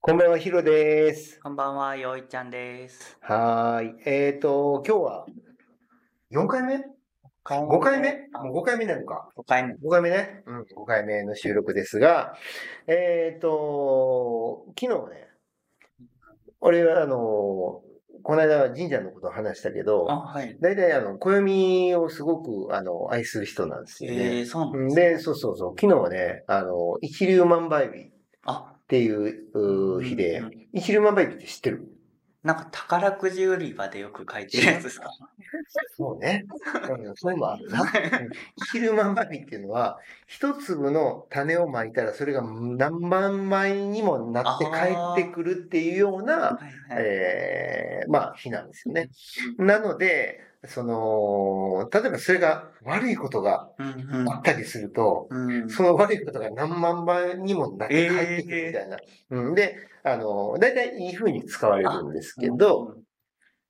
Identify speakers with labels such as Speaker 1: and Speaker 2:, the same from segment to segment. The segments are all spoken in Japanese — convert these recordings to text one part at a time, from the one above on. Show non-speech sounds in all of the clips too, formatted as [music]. Speaker 1: こんばんは、ヒロです。
Speaker 2: こんばんは、よいちゃんです。
Speaker 1: はーい。えっ、ー、と、今日は、4回目 ?5 回目もう5回目なのか。
Speaker 2: ?5 回目。
Speaker 1: 5回目ね。うん、5回目の収録ですが、えっ、ー、と、昨日ね、俺はあの、この間神社のこと話したけ
Speaker 2: あ、
Speaker 1: ど、
Speaker 2: はい。
Speaker 1: 大体あの、暦をすごく、あの、愛する人なんですよ
Speaker 2: え
Speaker 1: ね。
Speaker 2: ー、そうなん
Speaker 1: う
Speaker 2: で
Speaker 1: ん
Speaker 2: すね
Speaker 1: で、そうそうそう、昨日はね、あの、一粒万倍日っ
Speaker 2: あ、
Speaker 1: ていううー日で
Speaker 2: うんう、ん
Speaker 1: 一粒万倍日って知ってる
Speaker 2: なんか宝くじ売り場でよく書いてるや
Speaker 1: [laughs]
Speaker 2: つですか
Speaker 1: そう
Speaker 2: [laughs]
Speaker 1: ね。うんそういうのはあるな。うん昼間まびっていうのは、一粒の種をまいたら、それが何万枚にもなって
Speaker 2: あー
Speaker 1: 帰ってくるっていうような、
Speaker 2: はいはい。
Speaker 1: えーまあ、日なんですよね。なので、その、例えばそれが悪いことが
Speaker 2: うん
Speaker 1: あったりすると、
Speaker 2: うん。うん。
Speaker 1: その悪いことが何万倍にもなって帰ってくるみたいな。うん、で、あの、大体いい風に使われるんですけど、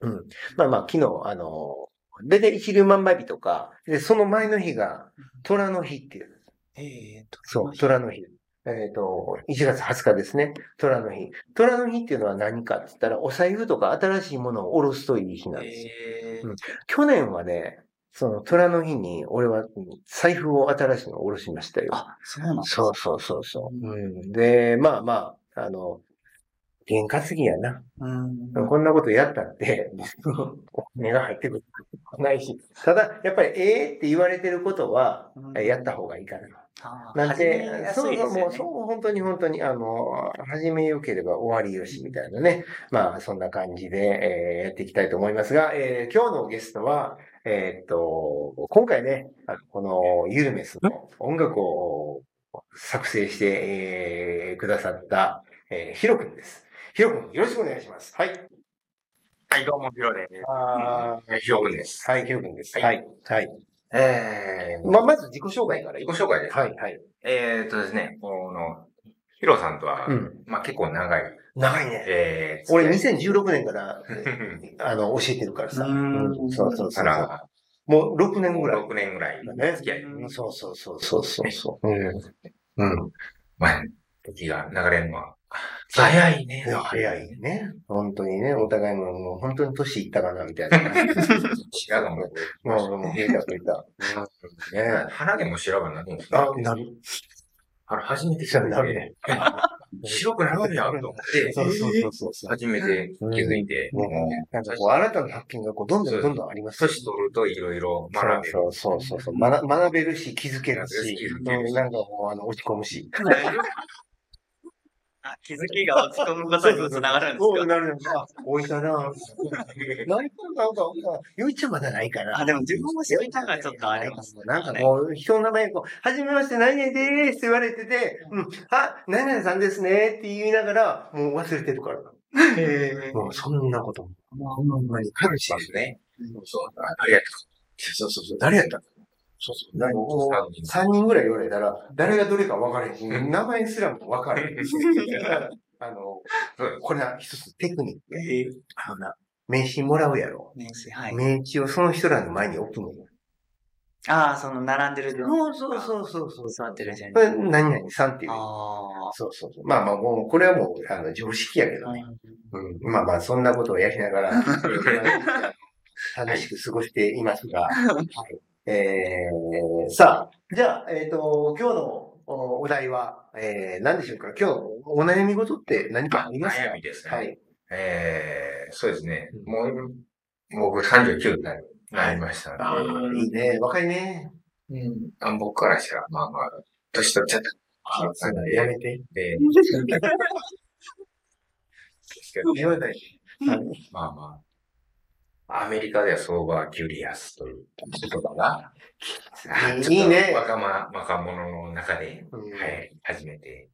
Speaker 2: うん、
Speaker 1: うん。まあまあ、昨日、あのー、だいたい一粒万倍日とか、で、その前の日が、虎の日っていう。
Speaker 2: えーと、
Speaker 1: そう、虎の日。えっ、と、1月20日ですね。虎の日。虎の日っていうのは何かって言ったら、お財布とか新しいものを下ろすといい日なんですよ。
Speaker 2: え
Speaker 1: うん去年はね、その虎の日に、俺はうん財布を新しいのを下ろしましたよ
Speaker 2: ー、。あ、そうなんです
Speaker 1: そうそうそうそう。うん、で、まあまあ、あの、験担ぎやな。
Speaker 2: うん。
Speaker 1: こんなことやったって、お金が入ってくる。ないし。ただ、やっぱり、ええって言われてることは、
Speaker 2: うん
Speaker 1: やった方がいいかな。
Speaker 2: あー
Speaker 1: なん
Speaker 2: 始め
Speaker 1: で
Speaker 2: や、す
Speaker 1: そう
Speaker 2: いで
Speaker 1: そう、
Speaker 2: す
Speaker 1: も
Speaker 2: よ
Speaker 1: う、
Speaker 2: ね
Speaker 1: そう、。本当に本当に、あの、始めよければ終わりよし、みたいなね。まあ、そんな感じで、えーやっていきたいと思いますが、えー今日のゲストは、えーっと、今回ね、あのこの、ゆるめスの音楽を作成して、えーくださった、えー、ひろくんです。ひろくん、よろしくお願いします。はい。
Speaker 3: はい、どうも、ヒロです。
Speaker 1: あ
Speaker 3: はいヒロ君です。
Speaker 1: はい、ひろくんです。は。
Speaker 3: はい
Speaker 1: はい。
Speaker 3: えー、
Speaker 1: ま、まず自己紹介から。
Speaker 3: 自己紹介です
Speaker 1: はい、はい。
Speaker 3: えーとですね、この、ヒロさんとは、
Speaker 1: ん。
Speaker 3: まあ結構長い、
Speaker 1: 長いね。
Speaker 3: えー、
Speaker 1: 俺、2016年から、
Speaker 3: 2000
Speaker 1: あの、教えてるからさ。
Speaker 2: うん
Speaker 1: うんそう
Speaker 3: [laughs]
Speaker 1: そうそ
Speaker 3: か
Speaker 1: うそう。
Speaker 3: ら、
Speaker 1: もう6年ぐらい。
Speaker 3: 6年ぐらい
Speaker 1: だね
Speaker 3: 付き合い。
Speaker 1: うんそうそうそうそうそうそう。うん。うん。
Speaker 3: まあ、時が流れるのは、早いね
Speaker 1: いや早いね。本当にね。お互いも、もう本当に年いったかな、みた
Speaker 3: [laughs]
Speaker 1: いな。
Speaker 3: 違うのも、
Speaker 1: もう、もう、増えた増えた。ね
Speaker 3: 鼻毛も白髪になるんですね
Speaker 1: あ、なる。
Speaker 3: あれ、初めて
Speaker 1: そ
Speaker 3: 知
Speaker 1: う
Speaker 3: る
Speaker 1: なるね。
Speaker 3: [laughs] 白くなるんや、と思って、
Speaker 1: そうそうそうそう。
Speaker 3: 初めて気づいて、
Speaker 1: うん
Speaker 3: もう
Speaker 1: なんかこう、新たな発見がこう、どんどんどんどんありますよね
Speaker 3: 年取るといろいろ学べる。
Speaker 1: そうそうそうそう。学学べるし、気づける
Speaker 3: 学べ
Speaker 1: し
Speaker 3: るし気、づけるし
Speaker 1: うんなんかもうあの落ち込むし。
Speaker 2: [laughs] あ、気づきが落ち込むことにもつながるんで
Speaker 1: そう
Speaker 2: すか
Speaker 1: なるんだ。多いかな。なんか、なんか、ゆいちゃんまだないかな。
Speaker 2: あ、でも自分も知りたがちょっとあります。
Speaker 1: なんかもう、人の名前、こう、はじめまして、何々でーすって言われてて、うん、あ、何々さんですねって言いながら、もう忘れてるから。
Speaker 2: え
Speaker 1: もう、そんなことも。
Speaker 3: ほんまに悲しいですね。そうそう。あ誰やったか。そうそうそう。誰やったか。そうそう。何
Speaker 1: もう3人ぐらい言われたら、誰がどれか分からへん。名前すらも分から [laughs] へん。だからあの、これは一つテクニック。
Speaker 2: え
Speaker 1: あのな、名刺もらうやろ。
Speaker 2: 年始、はい。
Speaker 1: 名刺をその人らの前に置くのよ。
Speaker 2: ああ、その、並んでる順。
Speaker 1: そうそうそうそうそう。
Speaker 2: 座ってる順に
Speaker 1: これ、何々さんっていう。
Speaker 2: あ
Speaker 1: そうそうそう。まあまあ、もう、これはもう、あの、常識やけ
Speaker 2: あ。
Speaker 1: ど
Speaker 2: は
Speaker 1: ね。
Speaker 2: い
Speaker 1: うん、まあまあ、そんなことをやりながら。楽しく過ごしていますが、えー、さあ、じゃあ、えっ、と、今日のおお題は、えー、何でしょうか今日、お悩み事って何かありますか
Speaker 3: 悩みですね。
Speaker 1: はい。
Speaker 3: えー、そうですね
Speaker 1: う。ん
Speaker 3: もう、僕39になりなりました
Speaker 1: あ
Speaker 3: の
Speaker 1: ーいいね。若いね。
Speaker 3: で、うんあ僕からしたら、まあまあ、年取っちゃった。あの
Speaker 1: やめて。
Speaker 3: で、
Speaker 1: 言わない。はい
Speaker 3: まあまあ、アメリカでは相場はキュリアスという言葉が、
Speaker 1: うん
Speaker 3: ちょっと
Speaker 1: いいね
Speaker 3: 若ま、若者の中で、
Speaker 1: うん
Speaker 3: はい、始めて、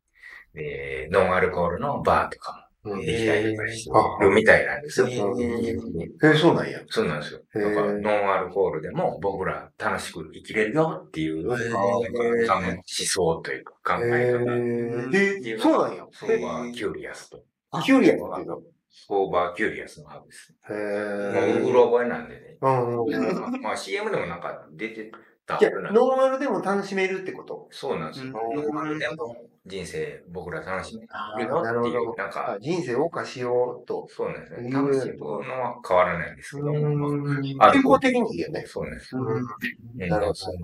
Speaker 3: で、ノンアルコールのバーとか
Speaker 1: う
Speaker 3: も
Speaker 1: ん
Speaker 3: できたりとかして
Speaker 1: あ
Speaker 3: るみたいなんですよ。
Speaker 1: うんえー、そうなんや。
Speaker 3: そうなんですよ。
Speaker 1: へー
Speaker 3: だから、ノンアルコールでも僕ら楽しく生きれるよっていう、
Speaker 1: へ
Speaker 3: な
Speaker 1: ー
Speaker 3: んか思想というか
Speaker 1: え
Speaker 3: 考え方。
Speaker 1: ー、えーそうなんや。
Speaker 3: ソーバーキュリアスと。
Speaker 1: あキュリアンっていうの。
Speaker 3: ソーバーキュリアスのハブです。
Speaker 1: へ
Speaker 3: も
Speaker 1: ー
Speaker 3: う、うろ覚えなんでね。
Speaker 1: うんうんうん。
Speaker 3: まあ CM でもなんか出てた
Speaker 1: じゃ
Speaker 3: ような
Speaker 1: あノーマルでも楽しめるってこと
Speaker 3: そうなんですよ。
Speaker 1: うん
Speaker 3: でも人生僕ら楽しめ
Speaker 1: あ
Speaker 3: るよ
Speaker 1: なる
Speaker 3: って
Speaker 1: ほ
Speaker 3: いう、
Speaker 1: ど。
Speaker 3: なん
Speaker 1: あ
Speaker 3: か、
Speaker 1: 人生を謳歌しようと。
Speaker 3: そうなんです
Speaker 1: う
Speaker 3: ね。
Speaker 1: ん
Speaker 3: 楽しむのは変わらないんですけど、まあ
Speaker 1: 健康的にいいよね。
Speaker 3: そうなんです。
Speaker 1: うん
Speaker 3: ね
Speaker 1: なるほど
Speaker 3: そう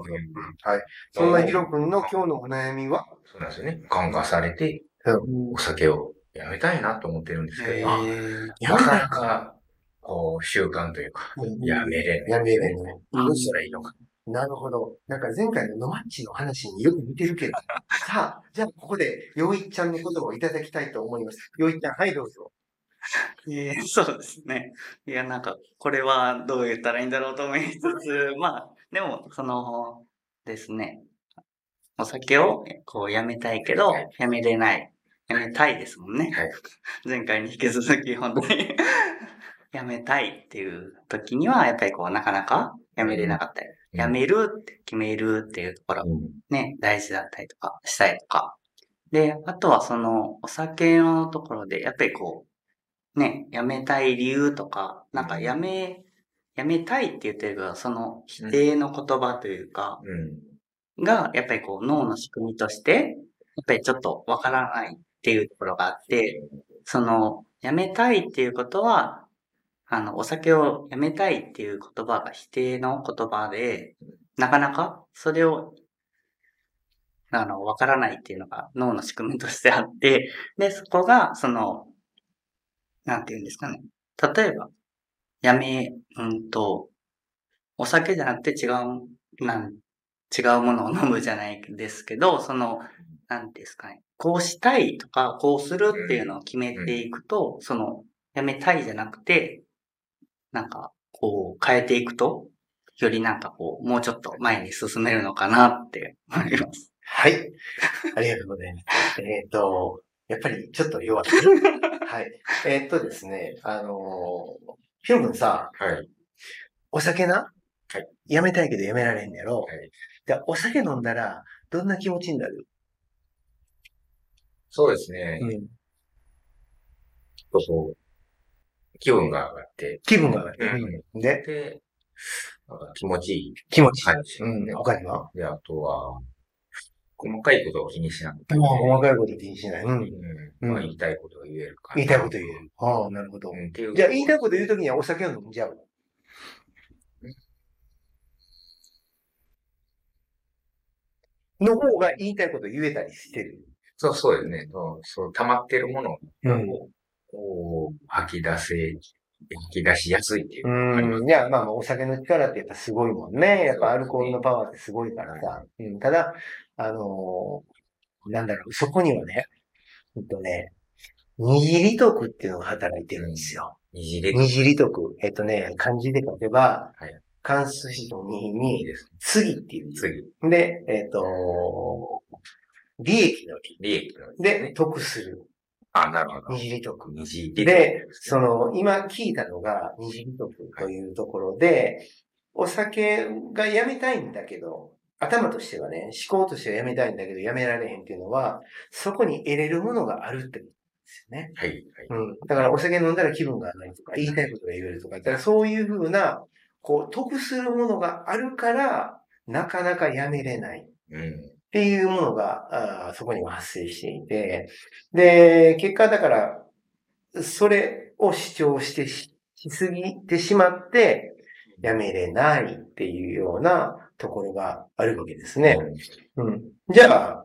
Speaker 1: そんなヒロ君の今日のお悩みは
Speaker 3: そうなんですよね。感化されて、お酒をやめたいなと思ってるんですけ
Speaker 1: え
Speaker 3: ど、
Speaker 1: ー
Speaker 3: なかなか、こう、習慣というか、やめれない。
Speaker 1: やめれない。
Speaker 3: どうしたらいいのか。
Speaker 1: なるほど。なんか前回のノマッチの話によく似てるけ [laughs] ど。さあ、じゃあここで、よいちゃんの言葉をいただきたいと思います。よいちゃん、はい、どうぞ。
Speaker 2: えーそうですね。いや、なんか、これはどう言ったらいいんだろうと思いつつ、 [laughs] まあ、でも、その、ですね。お酒を、こう、やめたいけど、やめれない。やめたいですもんね。
Speaker 3: はい
Speaker 2: 前回に引き続き、本当に。 [laughs] やめたいっていう時には、やっぱりこう、なかなかやめれなかったり、
Speaker 3: うん
Speaker 2: やめるって決めるっていうところね、大事だったりとか、したりとか。で、あとはその、お酒のところで、やっぱりこう、ね、やめたい理由とか、なんかやめ、やめたいって言ってるけど、その否定の言葉というか、
Speaker 3: うん。
Speaker 2: が、やっぱりこう、脳の仕組みとして、やっぱりちょっとわからないっていうところがあって、その、やめたいっていうことは、あの、お酒をやめたいっていう言葉が否定の言葉で、なかなかそれを、あの、わからないっていうのが脳の仕組みとしてあって、で、そこが、その、なんて言うんですかね。例えば、やめ、うんと、お酒じゃなくて違う、なん、違うものを飲むじゃないですけど、その、なんていうんですかね。こうしたいとか、こうするっていうのを決めていくと、その、やめたいじゃなくて、なんか、こう変えていくと、よりなんかこう、もうちょっと前に進めるのかなって思います。
Speaker 1: はい。ありがとうございます。えっと、やっぱりちょっと [laughs] 弱かった。はい。えっとですね、あのー、ヒロ君さ、
Speaker 3: はい。はい。
Speaker 1: お酒な、
Speaker 3: はい
Speaker 1: やめたいけどやめられんのやろ。じゃあお酒飲んだら、どんな気持ちになる、
Speaker 3: そうですね。
Speaker 1: ん、
Speaker 3: そうそう。気分が上がって、
Speaker 1: 気分が上がって、
Speaker 3: うん
Speaker 1: うんで、
Speaker 3: で、なんか気持ちいい
Speaker 1: 気持ちいい。
Speaker 3: 感じ。
Speaker 1: うん、他には
Speaker 3: で、あとは、細かいことを気にしなくて
Speaker 1: もう細かいこと気にしない。う。
Speaker 3: うんんまあ言いたいことが言えるから。
Speaker 1: 言いたいこと言える。ああ、なるほど。
Speaker 3: うん。っていう。
Speaker 1: じゃあ、言いたいこと言うときにはお酒を飲んじゃう。の方が言いたいこと言えたりしてる。
Speaker 3: そうそうですね。そう、そう溜まってるものを、
Speaker 1: うん
Speaker 3: こう、吐き出せ、吐き出しやすいっていう。
Speaker 1: うん。いや、まあまあ、お酒の力ってやっぱすごいもんね。やっぱアルコールのパワーってすごいからさ。うん。ただ、あのーなんだろう、そこにはね、ほんとね、二次利得っていうのが働いてるんですよ。
Speaker 3: にじれる。
Speaker 1: 二次利得。えっとね、漢字で書けば、
Speaker 3: はい
Speaker 1: 関数詞の2
Speaker 3: いい
Speaker 1: に、
Speaker 3: です。
Speaker 1: 次っていう字。
Speaker 3: 次、
Speaker 1: で、えっ、と、利益の利。
Speaker 3: 利益の利です
Speaker 1: で、
Speaker 3: ね。
Speaker 1: 得する。
Speaker 3: あ、なるほど
Speaker 1: 二。次利得。
Speaker 3: にじれる
Speaker 1: で、その、今聞いたのが、二次利得というところで、お酒がやめたいんだけど、頭としてはね、思考としてはやめたいんだけど、やめられへんっていうのは、そこに得れるものがあるってことですよね。
Speaker 3: はい、はい。
Speaker 1: うん。だからお酒飲んだら気分が上がるとか、言いたいことが言えるとか、だからそういうふうな、こう、得するものがあるから、なかなかやめれない。
Speaker 3: うん。
Speaker 1: っていうものが、あーそこには発生していて、で、結果だから、それを主張してししすぎてしまって、やめれないっていうようなところがあるわけですね。うん。じゃあ、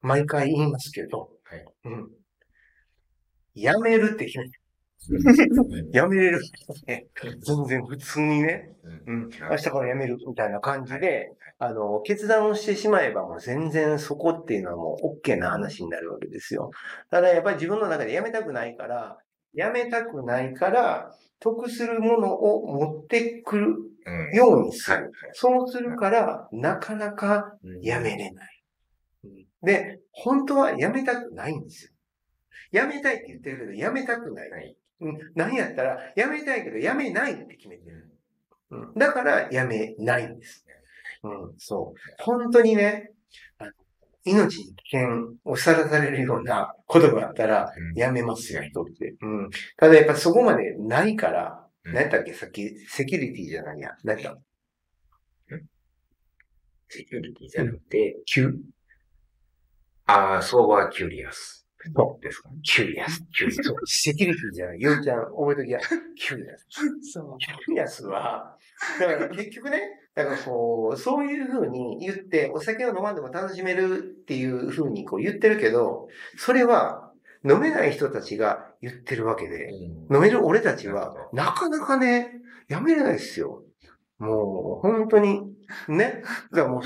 Speaker 1: 毎回言いますけど、
Speaker 3: はい
Speaker 1: うん。やめるって決め、やめれる。ね全然普通にね、うん。明日からやめるみたいな感じで、あの、決断をしてしまえばもう全然そこっていうのはもう OK な話になるわけですよ。ただやっぱり自分の中でやめたくないから、やめたくないから、得するものを持ってくる
Speaker 3: うん
Speaker 1: ようにす
Speaker 3: はい
Speaker 1: る。そうするから、なかなかやめれない。うんで、本当はやめたくないんですよ。やめたいって言ってるけど、やめたくない。うん、なんやったら、やめたいけど、やめないって決めてる。うん、だから、やめないんですね。うん、そう。本当にね、あの命に危険をさらされるようなことがあったら、
Speaker 3: うん
Speaker 1: やめますよ、人って。うん。ただやっぱそこまでないから、
Speaker 3: うん
Speaker 1: 何やったっけさっき、セキュリティじゃないや。何やった
Speaker 3: セキュリティじゃなくて、キュ、ああ、そうはキュリアス。
Speaker 1: そ
Speaker 3: ですかね。
Speaker 1: キュリアス。キュリアス。セキュリティじゃない。ようちゃん、覚えときや。キュリアス。
Speaker 2: そう。
Speaker 1: キュリアスは、だから結局ね、だからこう、そういうふうに言って、お酒を飲まんでも楽しめるっていうふうにこう言ってるけど、それは飲めない人たちが言ってるわけで、飲める俺たちは、なかなかね、やめれないですよ。もう、本当に、ね。だからもう、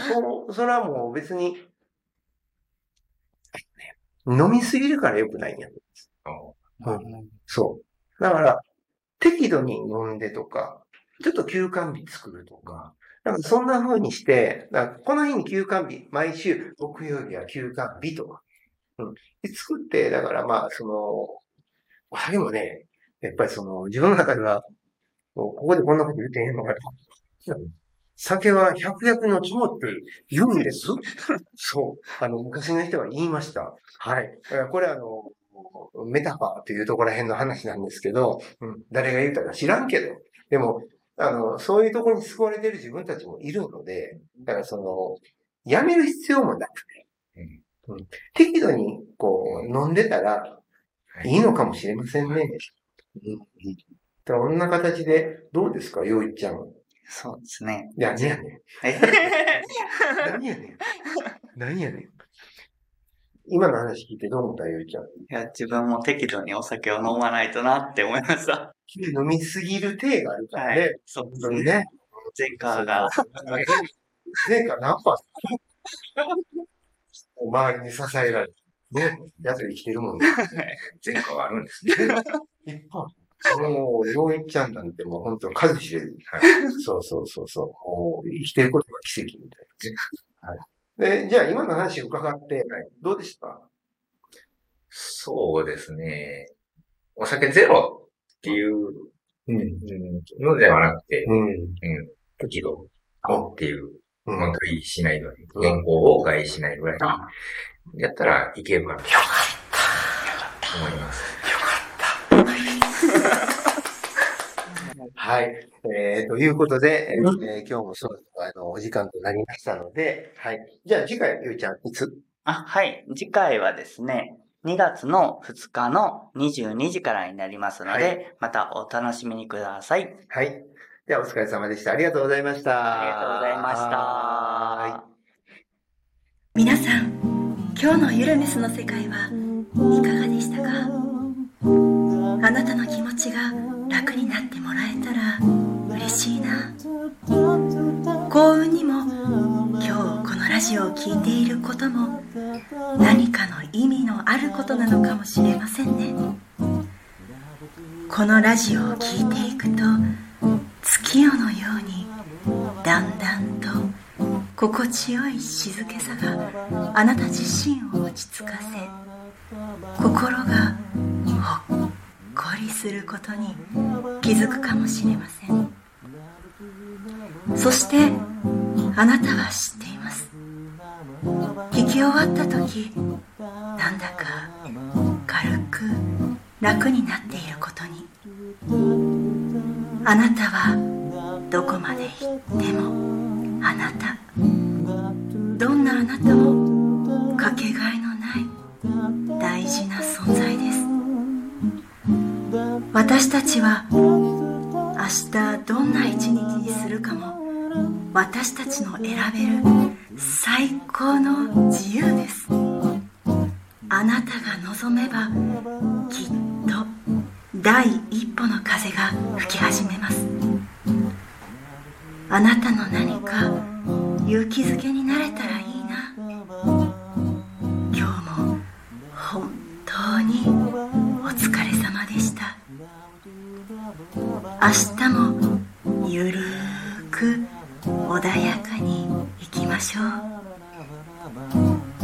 Speaker 1: そ、それはもう別に、飲みすぎるから良くないんや。そう。だから、適度に飲んでとか、ちょっと休館日作るとか、なんかそんな風にして、だからこの日に休館日、毎週木曜日は休館日とか、うん。で作って、だからまあ、その、お酒もね、やっぱりその、自分の中では、こうここでこんなこと言ってへんのかな。酒は百薬の肝って言うんです。そう。あの、昔の人は言いました。はい。だからこれあの、メタファーというところら辺の話なんですけど、うん、誰が言うたか知らんけど、でも、あの、そういうところに救われている自分たちもいるので、だからその、やめる必要もなくて、うん適度に、こう、飲んでたらいいのかもしれませんね。うんだからこんな形で、どうですか、よういちゃん。
Speaker 2: そうですね。
Speaker 1: いや、何やねん。
Speaker 2: え [laughs]
Speaker 1: 何やねん。 [laughs] 何やねん。今の話聞いてどう思った、よういちゃん。
Speaker 2: いや、自分も適度にお酒を飲まないとなって思いました。
Speaker 1: 飲みすぎる体があるから
Speaker 2: は
Speaker 1: ね。
Speaker 2: い。そうで
Speaker 1: 本
Speaker 2: す
Speaker 1: 当に
Speaker 2: ね。
Speaker 1: ね。
Speaker 2: 前科が。
Speaker 1: 前回何パー周りに支えられて。ね。やつ生きてるもんね。
Speaker 3: 前科はあるんです
Speaker 1: 一般。もう、洋一ちゃんなんてもう本当数知れず。
Speaker 3: はい
Speaker 1: そうそうそうそう。もう生きてることが奇跡みたいな。はい、でじゃあ今の話伺って、どうでした
Speaker 3: そうですね。お酒ゼロっていうのではなくて、
Speaker 1: うん。
Speaker 3: うん、適度っていう、
Speaker 1: う
Speaker 3: まあ、
Speaker 1: ん。
Speaker 3: 害しないのに、
Speaker 1: うん
Speaker 3: 健康を害しないぐらいやったらいけるかな。よかった。思います。
Speaker 1: はい。えー、ということで、えーえー今日もそうあの、お時間となりましたので、はい。じゃあ次回、ゆうちゃん、いつ
Speaker 2: あ、はい。次回はですね、2月の2日の22時からになりますので、
Speaker 1: は
Speaker 2: またお楽しみにください。
Speaker 1: はい。ではお疲れ様でした。ありがとうございました。
Speaker 2: ありがとうございました
Speaker 1: はい。
Speaker 4: 皆さん今日のゆるめすの世界はいかがでしたかあなたの気持ちが楽になってもらえたら嬉しいな幸運にも今日このラジオを聴いていることも何かの意味のあることなのかもしれませんねこのラジオを聴いていくと月夜のようにだんだんと心地よい静けさがあなた自身を落ち着かせ心がほっこりすることに気づくかもしれませんそしてあなたは知っています聞き終わった時なんだか軽く楽になっていることにあなたはどこまで行ってもあなたどんなあなたもかけがえのない大事な存在です私たちは明日どんな一日にするかも私たちの選べる最高の自由ですあなたが望めばきっと第一歩の風が吹き始めますあなたの何か勇気づけになれたらいいな今日も本当にお疲れ様でした明日もゆるーく穏やかにいきましょ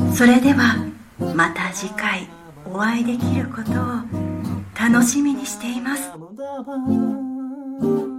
Speaker 4: うそれではまた次回お会いできることを楽しみにしています
Speaker 5: Bye.